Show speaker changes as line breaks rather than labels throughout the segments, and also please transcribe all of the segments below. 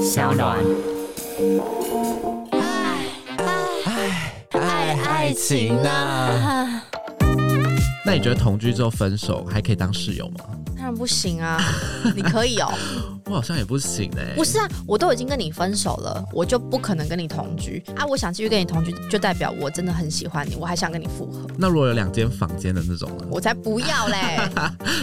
小暖。
爱爱情啊！
那你觉得同居之后分手还可以当室友吗？
当然不行啊， 你可以哦、
我好像也不行哎、
不是啊，我都已经跟你分手了，我就不可能跟你同居啊！我想继续跟你同居，就代表我真的很喜欢你，我还想跟你复合，
那如果有两间房间的那种呢？
我才不要 嘞！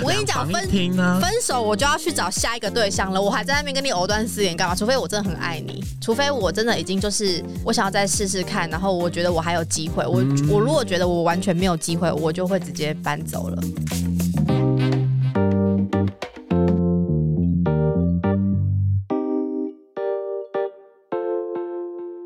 我跟你讲，
两
分
房一厅啊呢？
分手我就要去找下一个对象了，我还在那边跟你藕断丝连干嘛？除非我真的很爱你，除非我真的已经就是我想要再试试看，然后我觉得我还有机会，我、
嗯
我如果觉得我完全没有机会，我就会直接搬走了。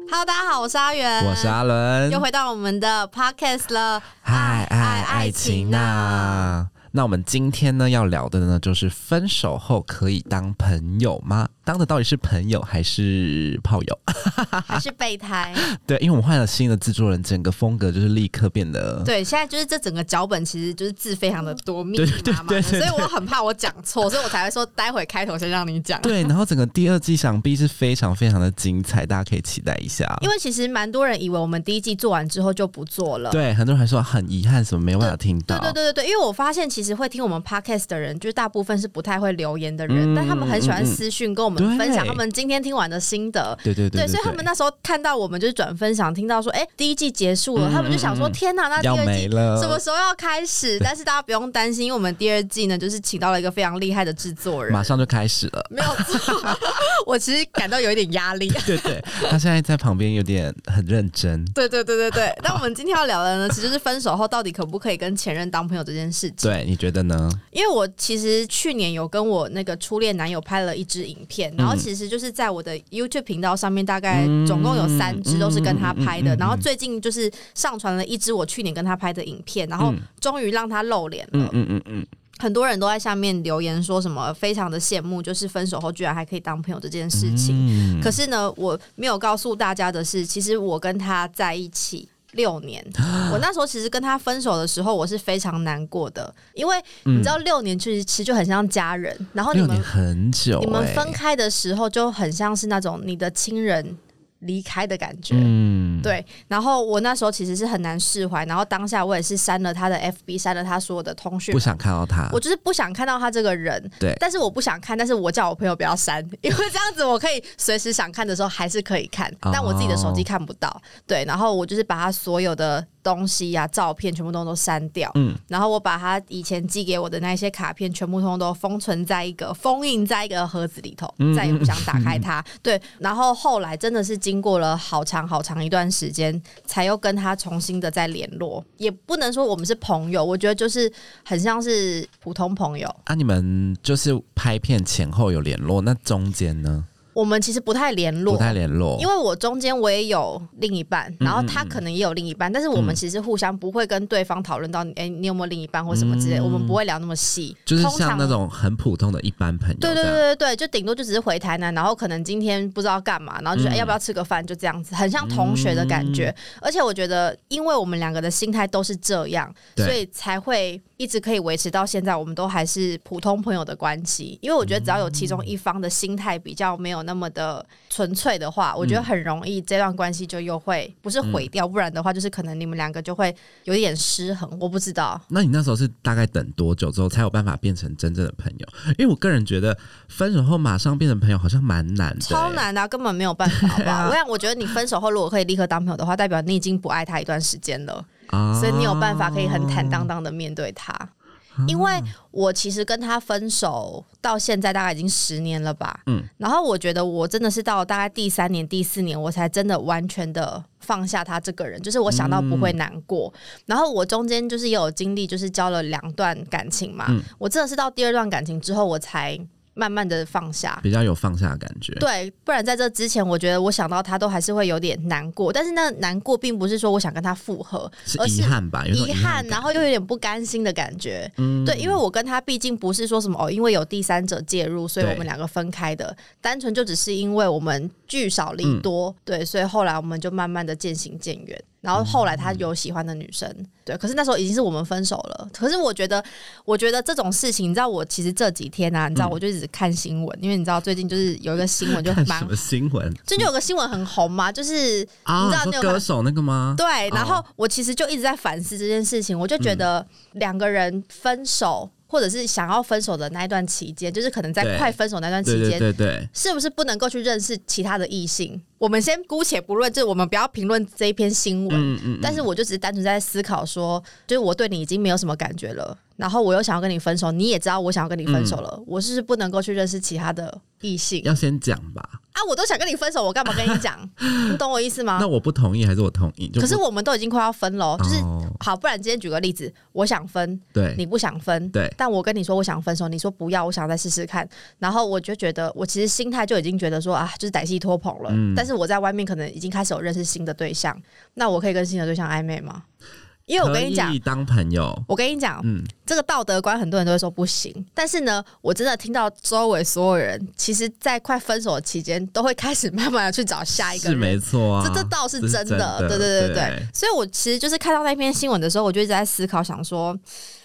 Hello，大家好，我是阿元，
我是阿伦
又，回到我们的 Podcast 了，啊
嗨爱爱情呐、那我们今天呢要聊的呢，就是分手后可以当朋友吗？当的到底是朋友还是炮友？
还是备胎？
对，因为我们换了新的制作人，整个风格就是立刻变得
对，现在就是这整个脚本其实就是字非常的多，密密麻麻
对对
的，所
对
以我很怕我讲错，所以我才会说待会开头先让你讲。
对，然后整个第二季想必是非常非常的精彩，大家可以期待一下。
因为其实蛮多人以为我们第一季做完之后就不做了。
对，啊很多人还说很遗憾，什么没有办法听到。
对对对对对，因为我发现其实会听我们 podcast 的人，就是大部分是不太会留言的
嗯
人，但他们很喜欢私讯跟我
嗯嗯
们
嗯
分享
对
他们今天听完的心得。
对对对
对，所以他们那时候看到我们就是转分享，听到说，哎、第一季结束了，
嗯
他们就想说，
嗯嗯
天哪，那第
要
二
没
季
了
什么时候要开始？但是大家不用担心，因为我们第二季呢，就是请到了一个非常厉害的制作人
马，上就开始了。
没有错。 我其实感到有一点压力。
对对，他现在在旁边有点很认真。
对对对对 对，那我们今天要聊的呢，其实是分手后到底可不可以跟前任当朋友这件事情。
对，你觉得呢？
因为我其实去年有跟我那个初恋男友拍了一支影
嗯
片，然后其实就是在我的 YouTube 频道上面，大概总共有三支都是跟
嗯
他拍的，然后最近就是上传了一支我去年跟他拍的影片，然后终于让他露脸了。
嗯嗯嗯，
很多人都在下面留言说什么非常的羡慕，就是分手后居然还可以当朋友这件事情。
嗯
可是呢，我没有告诉大家的是，其实我跟他在一起。六 年，我那时候其实跟他分手的时候，我是非常难过的，因为你知道六年其实其实就很像家人，然后
嗯
你
六
们
年很久、欸，
你们分开的时候就很像是那种你的亲人离开的感觉，
嗯，
对，然后我那时候其实是很难释怀，然后当下我也是删了他的 FB，删了他所有的通讯
不，想看到他
我。就是不想看到他这个人，
对
但是我不想看，但是我叫我朋友不要删，因为这样子我可以随时想看的时候还是可以看，
哦
但我自己的手机看不到。对，然后我就是把他所有的东西呀、照片全部都都删掉，
嗯
然后我把他以前寄给我的那一些卡片全部通都封存在一个封印在一个盒子里头，
嗯
再也不想打 开它。对，然后后来真的是经过了好长好长一段时间，才又跟他重新的再联络，也不能说我们是朋友，我觉得就是很像是普通朋友。
啊，你们就是拍片前后有联络，那中间呢？
我们其实不太联络，
不太哦嗯联络，
因为我中间我也有另一半，然后他可能也有另一半，但是我
嗯
们其实互相不会跟对方讨论到，哎、你有没有另一半或什么之类，我们不会聊那么细，
嗯就是
通
像
常
那。种很普通的一般朋友这
对
样。
对对对对，就顶多就只是回台南，然后可能今天不知道干嘛，然后就说、
嗯
哎要不要吃个饭，就这样子，很像同学的感觉。而且我觉得，因为我们两个的心态都是这样，
对
所以才会一直可以维持到现在，我们都还是普通朋友的关系。因为我觉得只要有
嗯
其中一方的心态比较没有那么的纯粹的话，我觉
嗯
得很容易这段关系就又会不是毁掉，不然的话就是可能你们两个就会有点失衡。我不知道，
那你那时候是大概等多久之后才有办法变成真正的朋友？因为我个人觉得分手后马上变成朋友好像蛮难的、欸，
超。难的啊、根本没有办法，好不好？我想，我觉得你分手后如果可以立刻当朋友的话，代表你已经不爱他一段时间了，
啊
所以你有办法可以很坦荡荡的面对他。因为我其实跟他分手到现在大概已经十年了吧，嗯，然后我觉得我真的是到大概第三年、第四年，我才真的完全的放下他这个人，就是我想到不会难过。然后我中间就是也有经历，就是交了两段感情嘛，我真的是到第二段感情之后，我才慢慢的放下。
比较有放下的感觉。
对，不然在这之前，我觉得我想到他都还是会有点难过。但是那难过并不是说我想跟他复合，
是
而
遗
是
憾吧，有一种
遗憾，
感嗯
然后又有点不甘心的感觉。对，因为我跟他毕竟不是说什么哦，因为有第三者介入，所以
对
我们两个分开的，单
嗯
纯就只是因为我们聚少离多，对，所以后来我们就慢慢的渐行渐远。然后后来他有喜欢的女生，对，可是那时候已经是我们分手了。可是我觉得，我觉得这种事情，你知道，我其实这几天啊，你知
嗯
道，我就一直看新闻，因为你知道最近就是有一个新闻就
看
蛮
什，么新闻
最近有个新闻很红嘛，就是
啊？
你知道
说
你有看
歌手那个吗？
对，然后
哦嗯
我其实就一直在反思这件事情，我就觉得两个人分手，或者是想要分手的那一段期间，就是可能在
对
快分手那段期
对对
间，
对对，
是不是不能够去认识其他的异性？我们先姑且不论，就是我们不要评论这一篇新闻，
嗯嗯，
但是我就只是单纯在思考说，就是我对你已经没有什么感觉了，然后我又想要跟你分手，你也知道我想要跟你分手
嗯
了，我是不是不能够去认识其他的异性
要先讲吧。
啊？我都想跟你分手，我干嘛跟你 讲？你懂我意思吗
那？我不同意还是我同意？就
啊可是
不
我们都已经快要分了哦，就是
哦
好，不然今天举个例子，我想分，
对
你不想分，
对
但我跟你说我想分手，你说不要，我想再试试看，然后我就觉得我其实心态就已经觉得说啊，就是歹戏拖棚了，
嗯
但是我在外面可能已经开始有认识新的对象，那我可以跟新的对象暧昧吗？因为我跟你
可
讲
以，当朋友，
我跟你讲，
嗯，
这个道德观很多人都会说不行，但是呢，我真的听到周围所有人，其实在快分手的期间，都会开始慢慢的去找下一个
是
人，
没错啊，
这这倒是
这
真的，对对对对。所以我其实就是看到那篇新闻的时候，我就一直在思考，想说，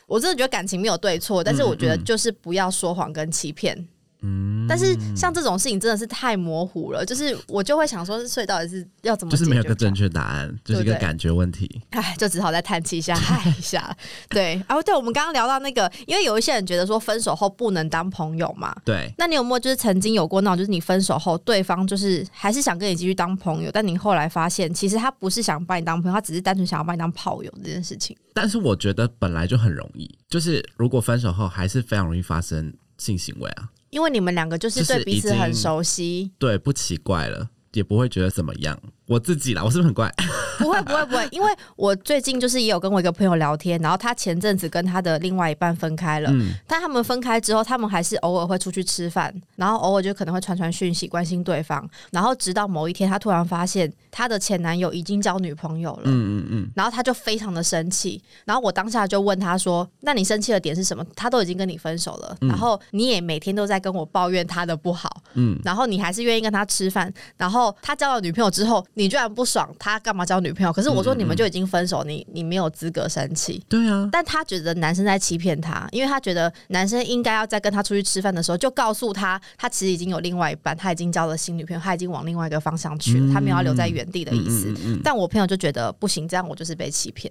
我真的觉得感情没有对错，但是我觉得就是不要说谎跟欺骗。
嗯，
但是像这种事情真的是太模糊了，就是我就会想说，所以到底是要怎么
就
解决？
是没有一个正确答案，就是一
对
个
不对
感觉问题。
唉，就只好再 叹气一下，嗨一下。对，哦，对，我们刚刚聊到那个，因为有一些人觉得说分手后不能当朋友嘛，
对，
那你有没有就是曾经有过那种，就是你分手后，对方就是还是想跟你继续当朋友，但你后来发现，其实他不是想把你当朋友，他只是单纯想要把你当炮友这件事情。
但是我觉得本来就很容易，就是如果分手后还是非常容易发生性行为啊，
因为你们两个就是
就是
对彼此
已经
很熟悉，
对，不奇怪了，也不会觉得怎么样。我自己啦，我是不是很 怪？
不会不会不会，因为我最近就是也有跟我一个朋友聊天，然后他前阵子跟他的另外一半分开了，但他们分开之后，他们还是偶尔会出去吃饭，然后偶尔就可能会传传讯息关心对方，然后直到某一天，他突然发现他的前男友已经交女朋友了，
嗯嗯嗯，
然后他就非常的生气，然后我当下就问他说：“那你生气的点是什么？他都已经跟你分手了，然后你也每天都在跟我抱怨他的不好，嗯，然后你还是愿意跟他吃饭，然后他交了女朋友之后，你居然不爽，他干嘛交女朋友？可是我说你们就已经分手，你你没有资格生气。”
对啊，
但他觉得男生在欺骗他，因为他觉得男生应该要在跟他出去吃饭的时候就告诉他，他其实已经有另外一半，他已经交了新女朋友，他已经往另外一个方向去了，他没有要留在原地的意
嗯
思。但我朋友就觉得不行，这样我就是被欺骗。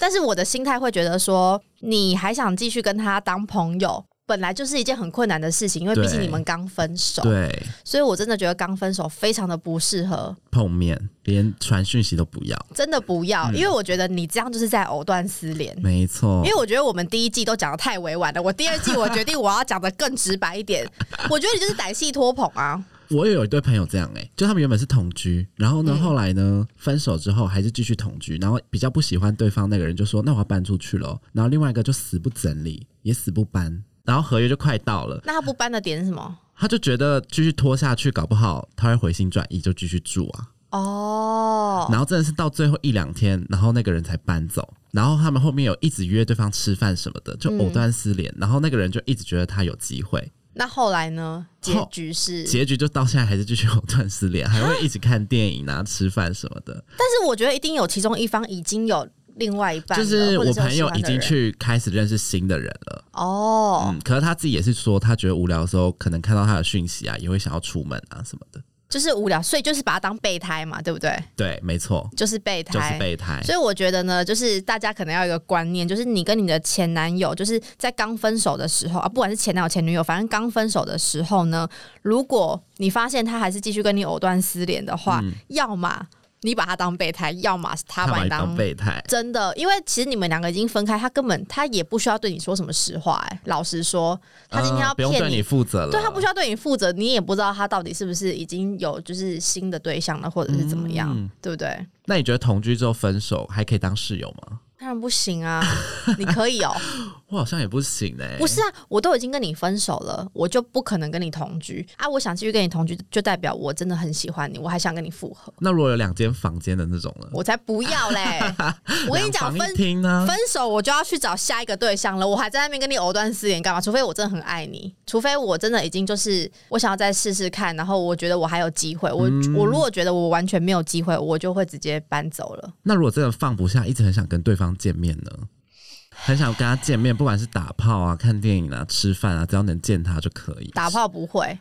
但是我的心态会觉得说，你还想继续跟他当朋友，本来就是一件很困难的事情，因为毕竟
对
你们刚分手，
对，
所以我真的觉得刚分手非常的不适合，
碰面连传讯息都不要，
真的不
嗯
要，因为我觉得你这样就是在藕断丝连。
没错
因为。我觉得我们第一季都讲的太委婉了，我第二季我决定我要讲的更直白一 点。我觉得你就是歹戏拖棚啊，
我也有一对朋友这样哎、就他们原本是同居，然后呢，
嗯
后来呢分手之后还是继续同居，然后比较不喜欢对方那个人就说那我要搬出去了，然后另外一个就死不整理，也死不搬，然后合约就快到了，
那他不搬的点是什么？
他就觉得继续拖下去，搞不好他会回心转意就继续住啊，
哦，
然后真的是到最后一两天，然后那个人才搬走。然后他们后面有一直约对方吃饭什么的，就藕断丝
嗯
连。然后那个人就一直觉得他有机会，
那后来呢？结
后
局是，
结局就到现在还是继续藕断丝连，还会一起看电影啊、吃饭什么 的。
但是我觉得一定有其中一方已经有另外一半
就
了，
是
或者
我
有
朋
喜
友
欢的
已经
人
去开始认识新的人了，
哦，
嗯，可是他自己也是说，他觉得无聊的时候，可能看到他的讯息啊，也会想要出门啊什么的。
就是无聊，所以就是把他当备胎嘛，对不对？
对，没错，
就是备胎，
就是备胎。
所以我觉得呢，就是大家可能要有一个观念，就是你跟你的前男友，就是在刚分手的时候啊，不管是前男友、前女友，反正刚分手的时候呢，如果你发现他还是继续跟你藕断丝连的话，
嗯
要么你把他当备胎，要么是他
他把
把你
你
当
当。备胎，
真的，因为其实你们两个已经分开，他根本他也不需要对你说什么实话、哎，老实说，他今天
嗯
要
不用
骗
对
你
你呃负责了，
对他不需要对你负责，你也不知道他到底是不是已经有就是
嗯
新的对象了，或者是怎么样，对不对？
那你觉得同居之后分手还可以当室友吗？
当然不行啊， 你可以哦、
我好像也不行 哎、
不是啊，我都已经跟你分手了，我就不可能跟你同居啊！我想继续跟你同居，就代表我真的很喜欢你，我还想跟你复合。
那如果有两间房间的那种呢？
我才不要 嘞！我跟你
两
讲，分
房一厅呢？
分手我就要去找下一个对象了，我还在那边跟你藕断丝连干嘛？除非我真的很爱你，除非我真的已经就是我想要再试试看，然后我觉得我还有机会。我、我如果觉得我完全没有机会，我就会直接搬走了。
那如果真的放不下，一直很想跟对方见面呢？很想跟他见面，不管是打炮啊、看电影啊、吃饭啊，只要能见他就可以。
打炮不会，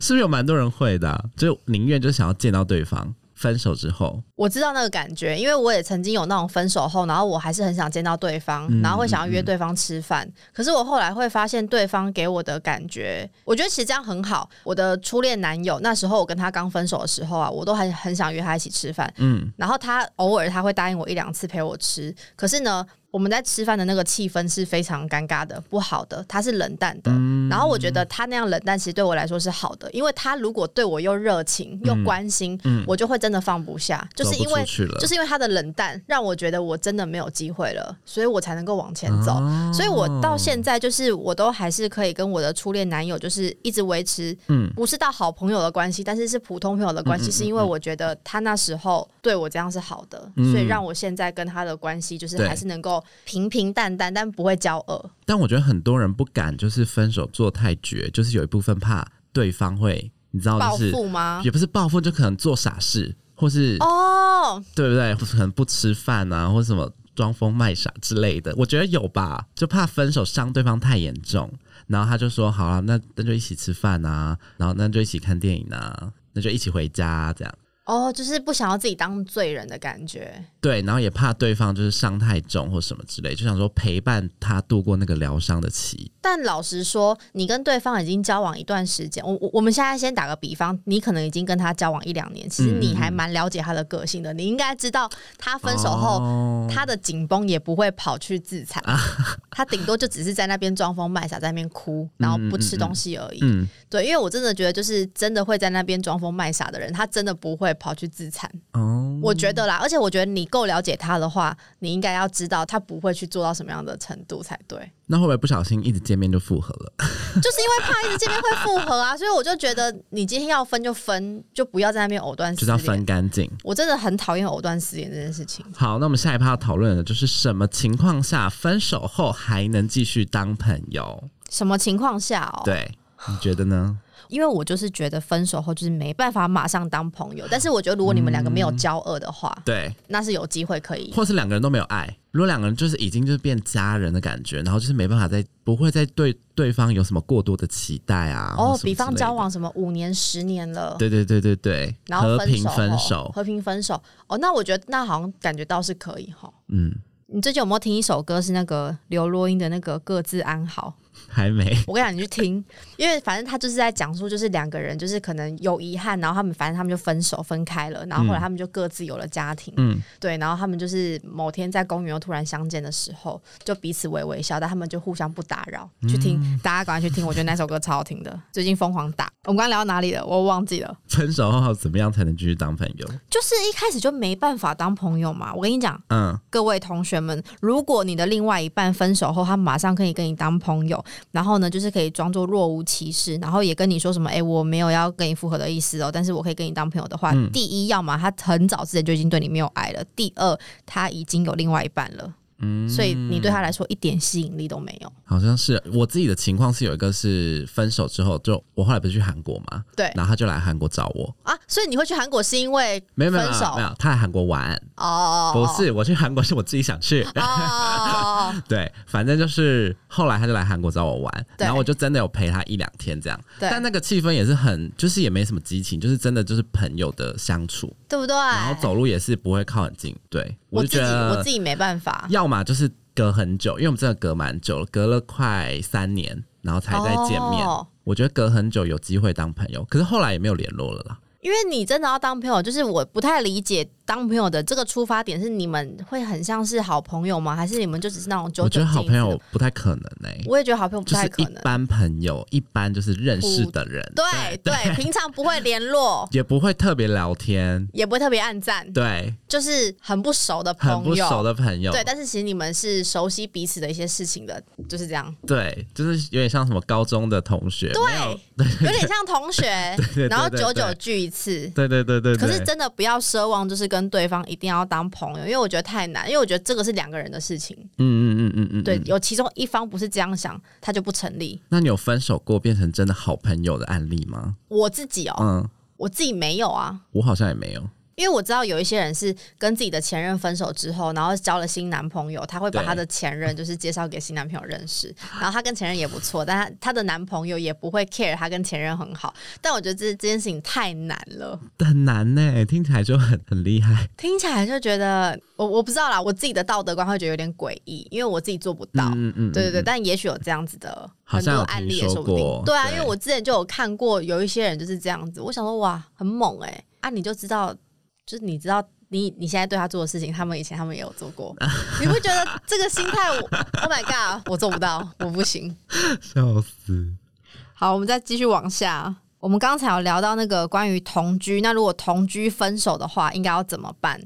是不是有蛮多人会的啊、就宁愿就想要见到对方。分手之后，
我知道那个感觉，因为我也曾经有那种分手后，然后我还是很想见到对方，然后会想要约对方吃饭。可是我后来会发现，对方给我的感觉，我觉得其实这样很好。我的初恋男友那时候，我跟他刚分手的时候啊，我都很很想约他一起吃饭，
嗯，
然后他偶尔他会答应我一两次陪我吃，可是呢，我们在吃饭的那个气氛是非常尴尬的、不好的，他是冷淡的。然后我觉得他那样冷淡，其实对我来说是好的，因为他如果对我又热情又关心，我就会真的放不下，就是因
走不
为
出去了，
就是因为他的冷淡，让我觉得我真的没有机会了，所以我才能够往前走。
哦
所以我到现在就是，我都还是可以跟我的初恋男友，就是一直维持，
嗯
不是到好朋友的关系，但是是普通朋友的关系，是因为我觉得他那时候对我这样是好的，
嗯
所以让我现在跟他的关系就是
对哦
还是能够平平淡淡，但不会骄傲。
但我觉得很多人不敢，就是分手做太绝，就是有一部分怕对方会，你知道，
报
就是
复吗？
也不是报复，就可能做傻事，或是、
哦，
对不对？可能不吃饭啊，或什么装疯卖傻之类的。我觉得有吧，就怕分手伤对方太严重，然后他就说好了，那那就一起吃饭啊，然后那就一起看电影啊，那就一起回家、啊、这样。
哦，就是不想要自己当罪人的感觉。
对，然后也怕对方就是伤太重或什么之类，就想说陪伴他度过那个疗伤的期。
但老实说，你跟对方已经交往一段时间，我我我们现在先打个比方，你可能已经跟他交往一两年，其
嗯
实你还蛮了解他的个性的，你应该知道他分手后。
哦啊
他的紧绷也不会跑去自残， 他顶多就只是在那边装疯卖傻，在那边哭，然后不吃东西而已。
嗯，
对，因为我真的觉得，就是真的会在那边装疯卖傻的人，他真的不会跑去自残。
哦，
我觉得啦，而且我觉得你够了解他的话，你应该要知道他不会去做到什么样的程度才对。
那会不会不小心一直见面就复合了？
就是因为怕一直见面会复合啊，所以我就觉得你今天要分就分，就不要在那边藕断
就
丝
是要
连。
分干净。
我真的很讨厌藕断丝连这件事情。
好，那我们下一趴要讨论的就是什么情况下分手后还能继续当朋友？
什么情况下哦？
对，你觉得呢？
因为我就是觉得分手后就是没办法马上当朋友，但是我觉得如果你们两个没有交恶的话，
对，
那是有机会可以。
或是两个人都没有爱，如果两个人就是已经就是变家人的感觉，然后就是没办法再不会再对对方有什么过多的期待啊。或
哦，
什么
比方
之类的
交，往什么五年、十年了，
对对对对对，
然后
和
分
平
手后，
分手，
和平分手。哦，那我觉得那好像感觉到是可以哈。
嗯，
你最近有没有听一首歌是那个刘若英的那个各自安好？
还 没，
我跟你讲，你去听，因为反正他就是在讲述，就是两个人就是可能有遗憾，然后他们反正他们就分手分开了，然后后来他们就各自有了家庭，
嗯，
对，然后他们就是某天在公园又突然相见的时候，就彼此微微笑，但他们就互相不打扰。去听，大家赶快去听，我觉得那首歌超好听的，最近疯狂打。我们刚刚聊到哪里了？我忘记了。
分手后怎么样才能继续当朋友？
就是一开始就没办法当朋友嘛。我跟你讲，
嗯，
各位同学们，如果你的另外一半分手后，他马上可以跟你当朋友，然后呢，就是可以装作若无其事，然后也跟你说什么，哎、我没有要跟你复合的意思哦，但是我可以跟你当朋友的话，第一，要么他很早之前就已经对你没有爱了；第二，他已经有另外一半了，嗯，所以你对他来说一点吸引力都没有。
好像是我自己的情况是有一个是分手之后就我后来不是去韩国嘛，
对
然后他就来韩国找我，
啊，所以你会去韩国是因为
没有没有
分
没
手
有没有，他来韩国玩，
哦，
不是我去韩国是我自己想 去，
哦哦，哦
对，反正就是后来他就来韩国找我玩，
对
然后我就真的有陪他一两天这样，
对
但那个气氛也是很就是也没什么激情，就是真的就是朋友的相处，
对不对？
然后走路也是不会靠很近，对
哎我
就
自己
觉
我
得
自己没办法，
要么就是隔很久，因为我们真的隔蛮久了，隔了快三年，然后才再见面。
哦
我觉得隔很久有机会当朋友，可是后来也没有联络了啦。
因为你真的要当朋友，就是我不太理解当朋友的这个出发点是你们会很像是好朋友吗？还是你们就只是那种久
我
久
觉得
见
好
一
朋
次
友
的？
不太可能哎、
我也觉得好朋友不
就是
太可
一
能。
般朋友，一般就是认识的人，
对对，平常不会联络，
也不会特别聊天，
也不会特别暗赞，
对，
就是很不熟的
很
朋
不熟
友。
的朋友，
对，但是其实你们是熟悉彼此的一些事情的，就是这样，
对，就是有点像什么高中的同学，没有
对，有点像同学，
对
然后
对
久
对
久聚一次。
对对对对
可
对，
是真的不要奢望，就是跟对方一定要当朋友，因为我觉得太难，因为我觉得这个是两个人的事情。
嗯嗯嗯嗯嗯，
对，
嗯。
有其中一方不是这样想，他就不成立。
那你有分手过变成真的好朋友的案例吗？
我自己哦，
嗯，
我自己没有啊，
我好像也没有。
因为我知道有一些人是跟自己的前任分手之后，然后交了新男朋友，他会把
对
他的前任就是介绍给新男朋友认识， 然后他跟前任也不错，但他他的男朋友也不会 care 他跟前任很好。但我觉得这这件事情太难了，
很难呢、听起来就很很厉害。
听起来就觉得我我不知道啦，我自己的道德观会觉得有点诡异，因为我自己做不到。
嗯嗯
对对对，但也许有这样子的
好
很多
像有
案
听
例也
说
说不定
过。
对啊，
对
因为我之前就有看过有一些人就是这样子，我想说哇，很猛哎、啊，你就知道，就是你知道你你现在对他做的事情，他们以前他们也有做 过，你不觉得这个心态我 ？Oh my god，我做不到，我不行。
笑死。
好，我们再继续往下。我们刚才有聊到那个关于同居，那如果同居分手的话，应该要怎么办？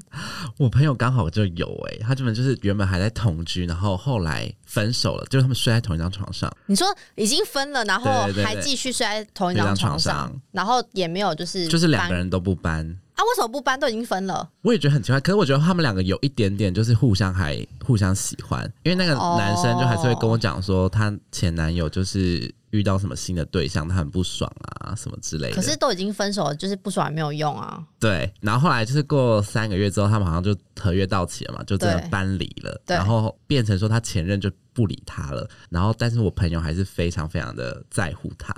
我朋友刚好就有哎、他基本就是原本还在同居，然后后来分手了，就是他们睡在同一张床上。
你说已经分了，然后
对对对对
还继续睡在同一张床
同一张
上
床上，
然后也没有就是
就是两
搬
个人都不搬。
啊，为什么不搬？都已经分了。
我也觉得很奇怪，可是我觉得他们两个有一点点就是互相还互相喜欢，因为那个
哦
男生就还是会跟我讲说，他前男友就是遇到什么新的对象，他很不爽啊什么之类的。
可是都已经分手了，就是不爽也没有用啊。
对，然后后来就是过三个月之后，他们好像就合约到期了嘛，就真的
对
搬离了，
对
然后变成说他前任就不理他了，然后但是我朋友还是非常非常的在乎他，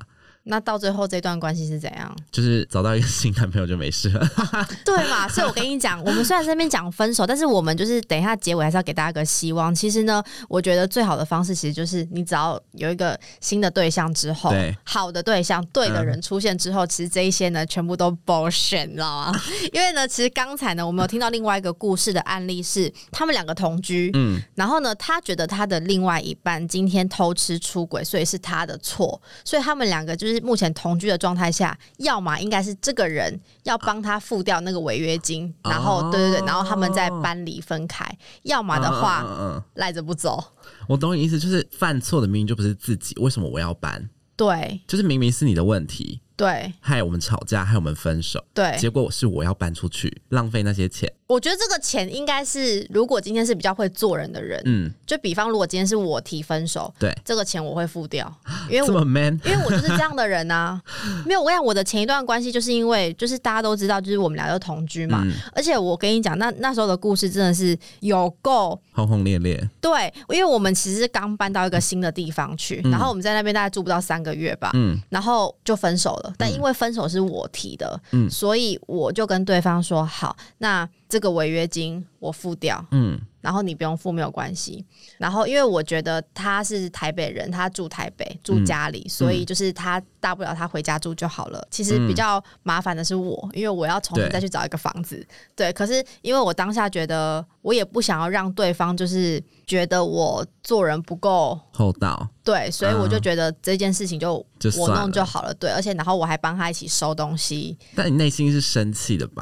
那到最后这段关系是怎样？
就是找到一个新男朋友就没事了，
对嘛？所以我跟你讲，我们虽然这边讲分手，但是我们就是等一下结尾还是要给大家个希望。其实呢，我觉得最好的方式其实就是你只要有一个新的对象之后
对，
好的对象、对的人出现之后，其实这一些呢全部都 bullshit，你知道吗？因为呢，其实刚才呢，我们有听到另外一个故事的案例是，他们两个同居，
嗯，
然后呢，他觉得他的另外一半今天偷吃出轨，所以是他的错，所以他们两个就是目前同居的状态下，要么应该是这个人要帮他付掉那个违约金，
哦
然后对对对，然后他们再搬离分开；要么的话、
嗯嗯嗯
赖着不走，
嗯我懂你意思，就是犯错的明明就不是自己，为什么我要搬？
对
就是明明是你的问题，
对
害我们吵架，害我们分手，
对，
结果是我要搬出去，浪费那些钱，
我觉得这个钱应该是，如果今天是比较会做人的人，
嗯，
就比方如果今天是我提分手，
对，
这个钱我会付掉，因为
这
我
么 man，
因为我就是这样的人呐、没有，我跟你讲，我的前一段关系就是因为，就是大家都知道，就是我们俩都同居嘛。
嗯，
而且我跟你讲，那那时候的故事真的是有够
轰轰烈烈，
对，因为我们其实是刚搬到一个新的地方去，然后我们在那边大概住不到三个月吧，
嗯
然后就分手了。但因为分手是我提的，
嗯
所以我就跟对方说，好，那这个违约金我付掉，
嗯
然后你不用付没有关系。然后因为我觉得他是台北人，他住台北住家
嗯
里，所以就是他大不了他回家住就好了。其实比较麻烦的是我，因为我要重新
对
再去找一个房子。对，可是因为我当下觉得我也不想要让对方就是觉得我做人不够。
厚道。
对，所以我就
嗯
觉得这件事情就
就
我
算
弄
了
就好了。对，而且然后我还帮他一起收东西，
但你内心是生气的吧？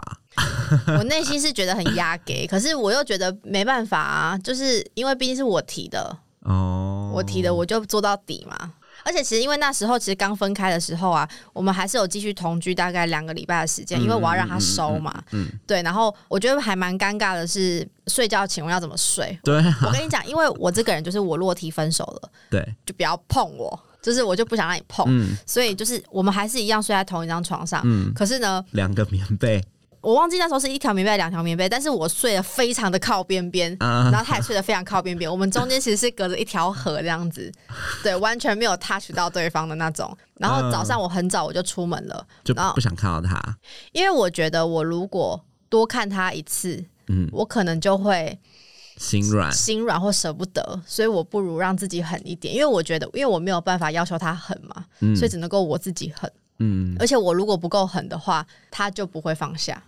我内心是觉得很压 给，可是我又觉得没办法啊，就是因为毕竟是我提的，
哦，
我提的我就做到底嘛。而且其实因为那时候其实刚分开的时候啊，我们还是有继续同居大概两个礼拜的时间，因为我要让他收嘛。
嗯嗯嗯嗯
对，然后我觉得还蛮尴尬的是睡觉前我要怎 么睡？
对啊
我跟你讲，因为我这个人就是我落提分手了，
对，
就不要碰我，就是我就不想让你碰，
嗯
所以就是我们还是一样睡在同一张床上。
嗯，
可是呢，
两个棉被
我忘记那时候是一条棉被、两条棉被，但是我睡得非常的靠边边，
啊
然，后他也睡得非常靠边边。我们中间其实是隔着一条河这样子，对，完全没有 touch 到对方的那种。然后早
嗯
上我很早我就出门了，
就
然后
不想看到他。
因为我觉得我如果多看他一次，
嗯，
我可能就会
心软，
心软或舍不得，所以我不如让自己狠一点，因为我觉得，因为我没有办法要求他狠嘛，
嗯
所以只能够我自己狠。
嗯，
而且我如果不够狠的话，他就不会放下。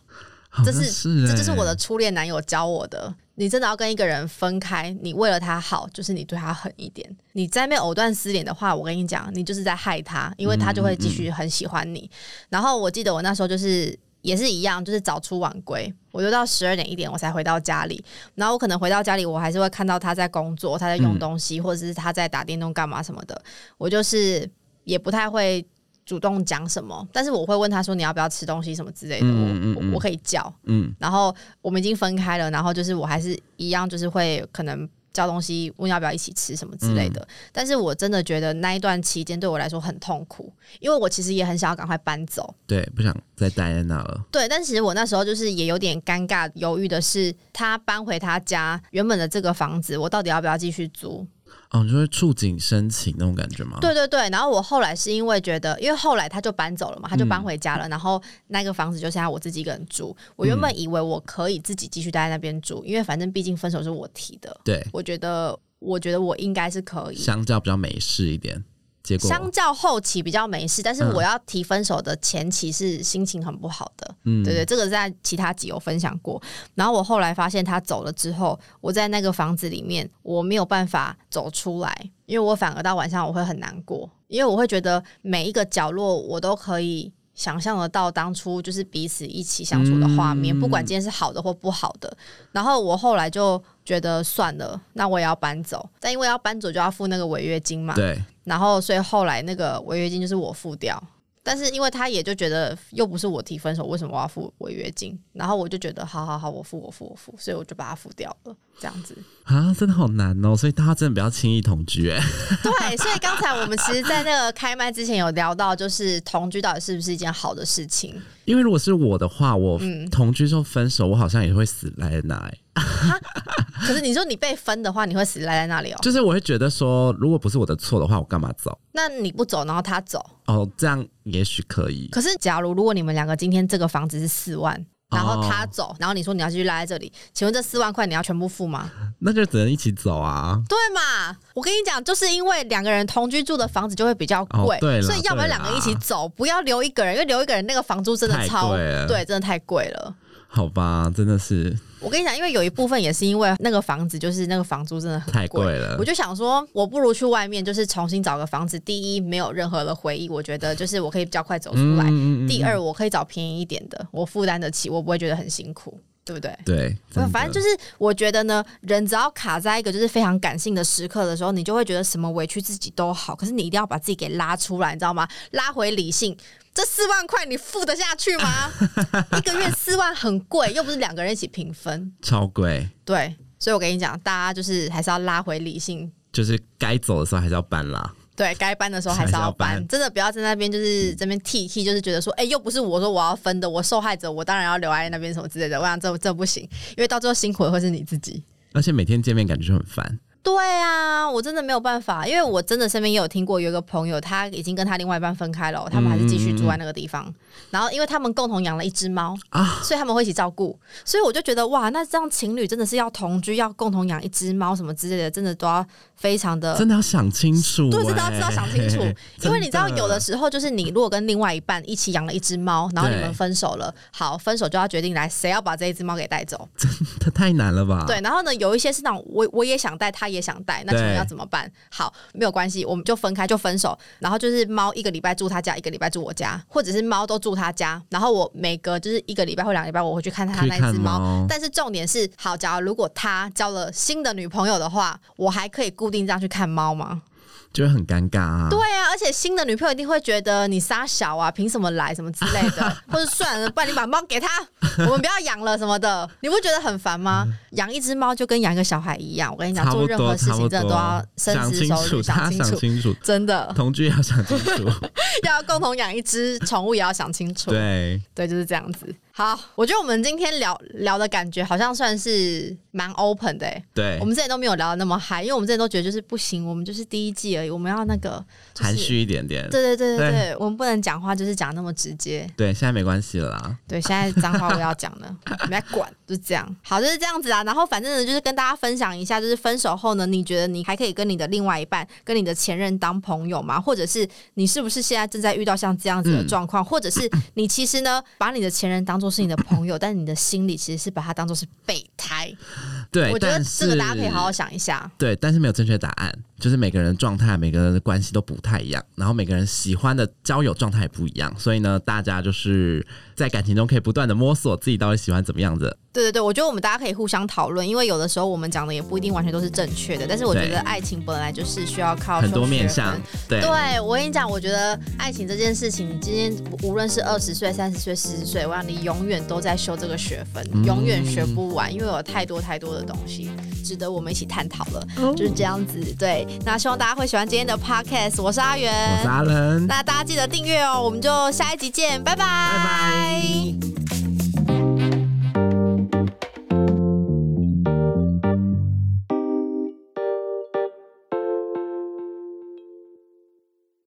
好
这
像
是
是
这
欸
就是我的初恋男友教我的。你真的要跟一个人分开，你为了他好，就是你对他狠一点。你在那边藕断丝连的话，我跟你讲，你就是在害他，因为他就会
嗯
继续很喜欢你。然后我记得我那时候就是也是一样，就是早出晚归，我就到十二点一点我才回到家里。然后我可能回到家里，我还是会看到他在工作，他在
嗯
用东西，或者是他在打电动干嘛什么的。我就是也不太会主动讲什么，但是我会问他说你要不要吃东西什么之类的，
嗯嗯
我
嗯
我我可以叫。
嗯，
然后我们已经分开了，然后就是我还是一样，就是会可能叫东西问要不要一起吃什么之类的。但是我真的觉得那一段期间对我来说很痛苦，因为我其实也很想要赶快搬走。
对，不想再待在那了。
对，但其实我那时候就是也有点尴尬，犹豫的是他搬回他家原本的这个房子，我到底要不要继续租？
哦，你就会触景生情那种感觉吗？
对对对，然后我后来是因为觉得，因为后来他就搬走了嘛，他就搬回家了，然后那个房子就剩下我自己一个人住。我原本以为我可以自己继续待在那边住，因为反正毕竟分手是我提的，
对，
我觉得我觉得我应该是可以。
相较比较美式一点，结果
相较后期比较没事，但是
嗯
我要提分手的前期是心情很不好的，
嗯
对对，这个在其他集有分享过。然后我后来发现他走了之后，我在那个房子里面我没有办法走出来，因为我反而到晚上我会很难过，因为我会觉得每一个角落我都可以。想象得到当初就是彼此一起相处的画面，不管今天是好的或不好的。然后我后来就觉得算了，那我也要搬走，但因为要搬走就要付那个违约金嘛，
对，
然后所以后来那个违约金就是我付掉，但是因为他也就觉得又不是我提分手，为什么我要付违约金？然后我就觉得好好好，我付我付我付，所以我就把它付掉了，这样子。
啊，真的好难哦，所以大家真的不要轻易同居，哎，
对，所以刚才我们其实，在那个开麦之前有聊到，就是同居到底是不是一件好的事情？
因为如果是我的话，我
嗯哦
同居之后分手，我好像也会死赖在那，哎，
可是你说你被分的话，你会死赖在 那里哦。
就是我会觉得说，如果不是我的错的话，我干嘛走？
那你不走，然后他走。
哦，这样也许可以，
可是假如如果你们两个今天这个房子是四万，然后
哦
他走，然后你说你要继续赖在这里，请问这四万块你要全部付吗？
那就只能一起走啊。
对嘛？我跟你讲，就是因为两个人同居住的房子就会比较贵，
哦对啦
所以要不要
对啦
两个一起走，不要留一个人，因为留一个人那个房租真的超
太贵了
对，真的太贵了。
好吧，真的是
我跟你讲，因为有一部分也是因为那个房子就是那个房租真的很
太
贵。
贵了
我。就想说，我不如去外面，就是重新找个房子。第一，没有任何的回忆，我觉得就是我可以比较快走出来；
嗯
第，二，我可以找便宜一点的，我负担得起，我不会觉得很辛苦，对不对？
对，真的
反正就是，我觉得呢，人只要卡在一个就是非常感性的时刻的时候，你就会觉得什么委屈自己都好，可是你一定要把自己给拉出来，你知道吗？拉回理性。这四万块你付得下去 吗？一个月四万很贵，又不是两个人一起平分。
超贵，
对，所以我跟你讲，大家就是还是要拉回理性。
就是该走的时候还是要搬啦。
对该搬的时候还是要
还是要
搬，
搬
真的不要在那边就是这边 T T，就是觉得说，哎、又不是我说我要分的，我受害者，我当然要留在那边什么之类的。我想这这不行，因为到最后辛苦的会是你自己。
而且每天见面感觉就很烦。
对啊，我真的没有办法，因为我真的身边也有听过有一个朋友，他已经跟他另外一半分开了，他们还是继续住在那个地方。然后，因为他们共同养了一只猫
啊
所以他们会一起照顾。所以我就觉得哇，那这样情侣真的是要同居，要共同养一只猫什么之类的，真的都要非常的。
真的要想清楚、
呃对，真的要知道
欸
想 清楚，因为你知道，有的
真
时候就是你如果跟另外一半一起养了一只猫，然后你们
对
分手了，好，分手就要决定来谁要把这一只猫给带走。
这太难了吧？
对，然后呢，有一些是那种我我也想带，他也想带，那请问
对
要怎么办？好，没有关系，我们就分开，就分手。然后就是猫一个礼拜住他家，一个礼拜住我家，或者是猫都住他家。然后我每隔就是一个礼拜或两个礼拜，我会去看他
去
那
看
只猫
猫。
但是重点是，好，假如如果他交了新的女朋友的话，我还可以固定这样去看猫吗？
就会很尴尬啊。
对啊，而且新的女朋友一定会觉得你傻小啊，凭什么来什么之类的， 或者算了，不然你把猫给他，我们不要养了什么的，你不觉得很烦吗？养一只猫就跟养一个小孩一样，我跟你讲，
嗯差
做
不
任何
多，
事
差
情
不多，
真的都要深
想
思
清
熟虑，
楚，大
想
家
清
想
楚，呃
清楚，
真的
同居也要想清 楚。
要共同养一只宠物也要想清楚，
对，
对，就是这样子。好，我觉得我们今天聊聊的感觉好像算是蛮 open 的、欸，
对
我，们之前都没有聊的那么嗨，因为我们之前都觉得就是不行，我们就是第一季而已，我们要那个就是
含蓄一点点。
对对对对对，我们不能讲话就是讲那么直接。
对，现在没关系了啦。
对，现在脏话我要讲了，没在管，就这样。好，就是这样子啊。然后反正呢，就是跟大家分享一下，就是分手后呢，你觉得你还可以跟你的另外一半、跟你的前任当朋友吗？或者是你是不是现在正在遇到像这样子的状况？或者是你其实呢，把你的前任当做是你的朋友，但你的心里其实是把他当做是备胎。
对，
我觉得
但
这个大家可以
是
好好想一下。
对，但是没有正确答案，就是每个人状态、每个人的关系都不太一样，然后每个人喜欢的交友状态也不一样，所以呢，大家就是在感情中可以不断的摸索自己到底喜欢怎么样子。
对对对，我觉得我们大家可以互相讨论，因为有的时候我们讲的也不一定完全都是正确的。但是我觉
对
得爱情本来就是需要靠
很多
修学
面向
分。
对
对我跟你讲，我觉得爱情这件事情，你今天无论是二十岁、三十岁、四十岁，我让你永远都在修这个学分，永远学不完，因为有太多太多的东西值得我们一起探讨了。就是这样子，对。那希望大家会喜欢今天的 podcast，我是阿元，
我是阿伦，拜
那大家记得订阅哦，我们就下一集见，拜拜
拜。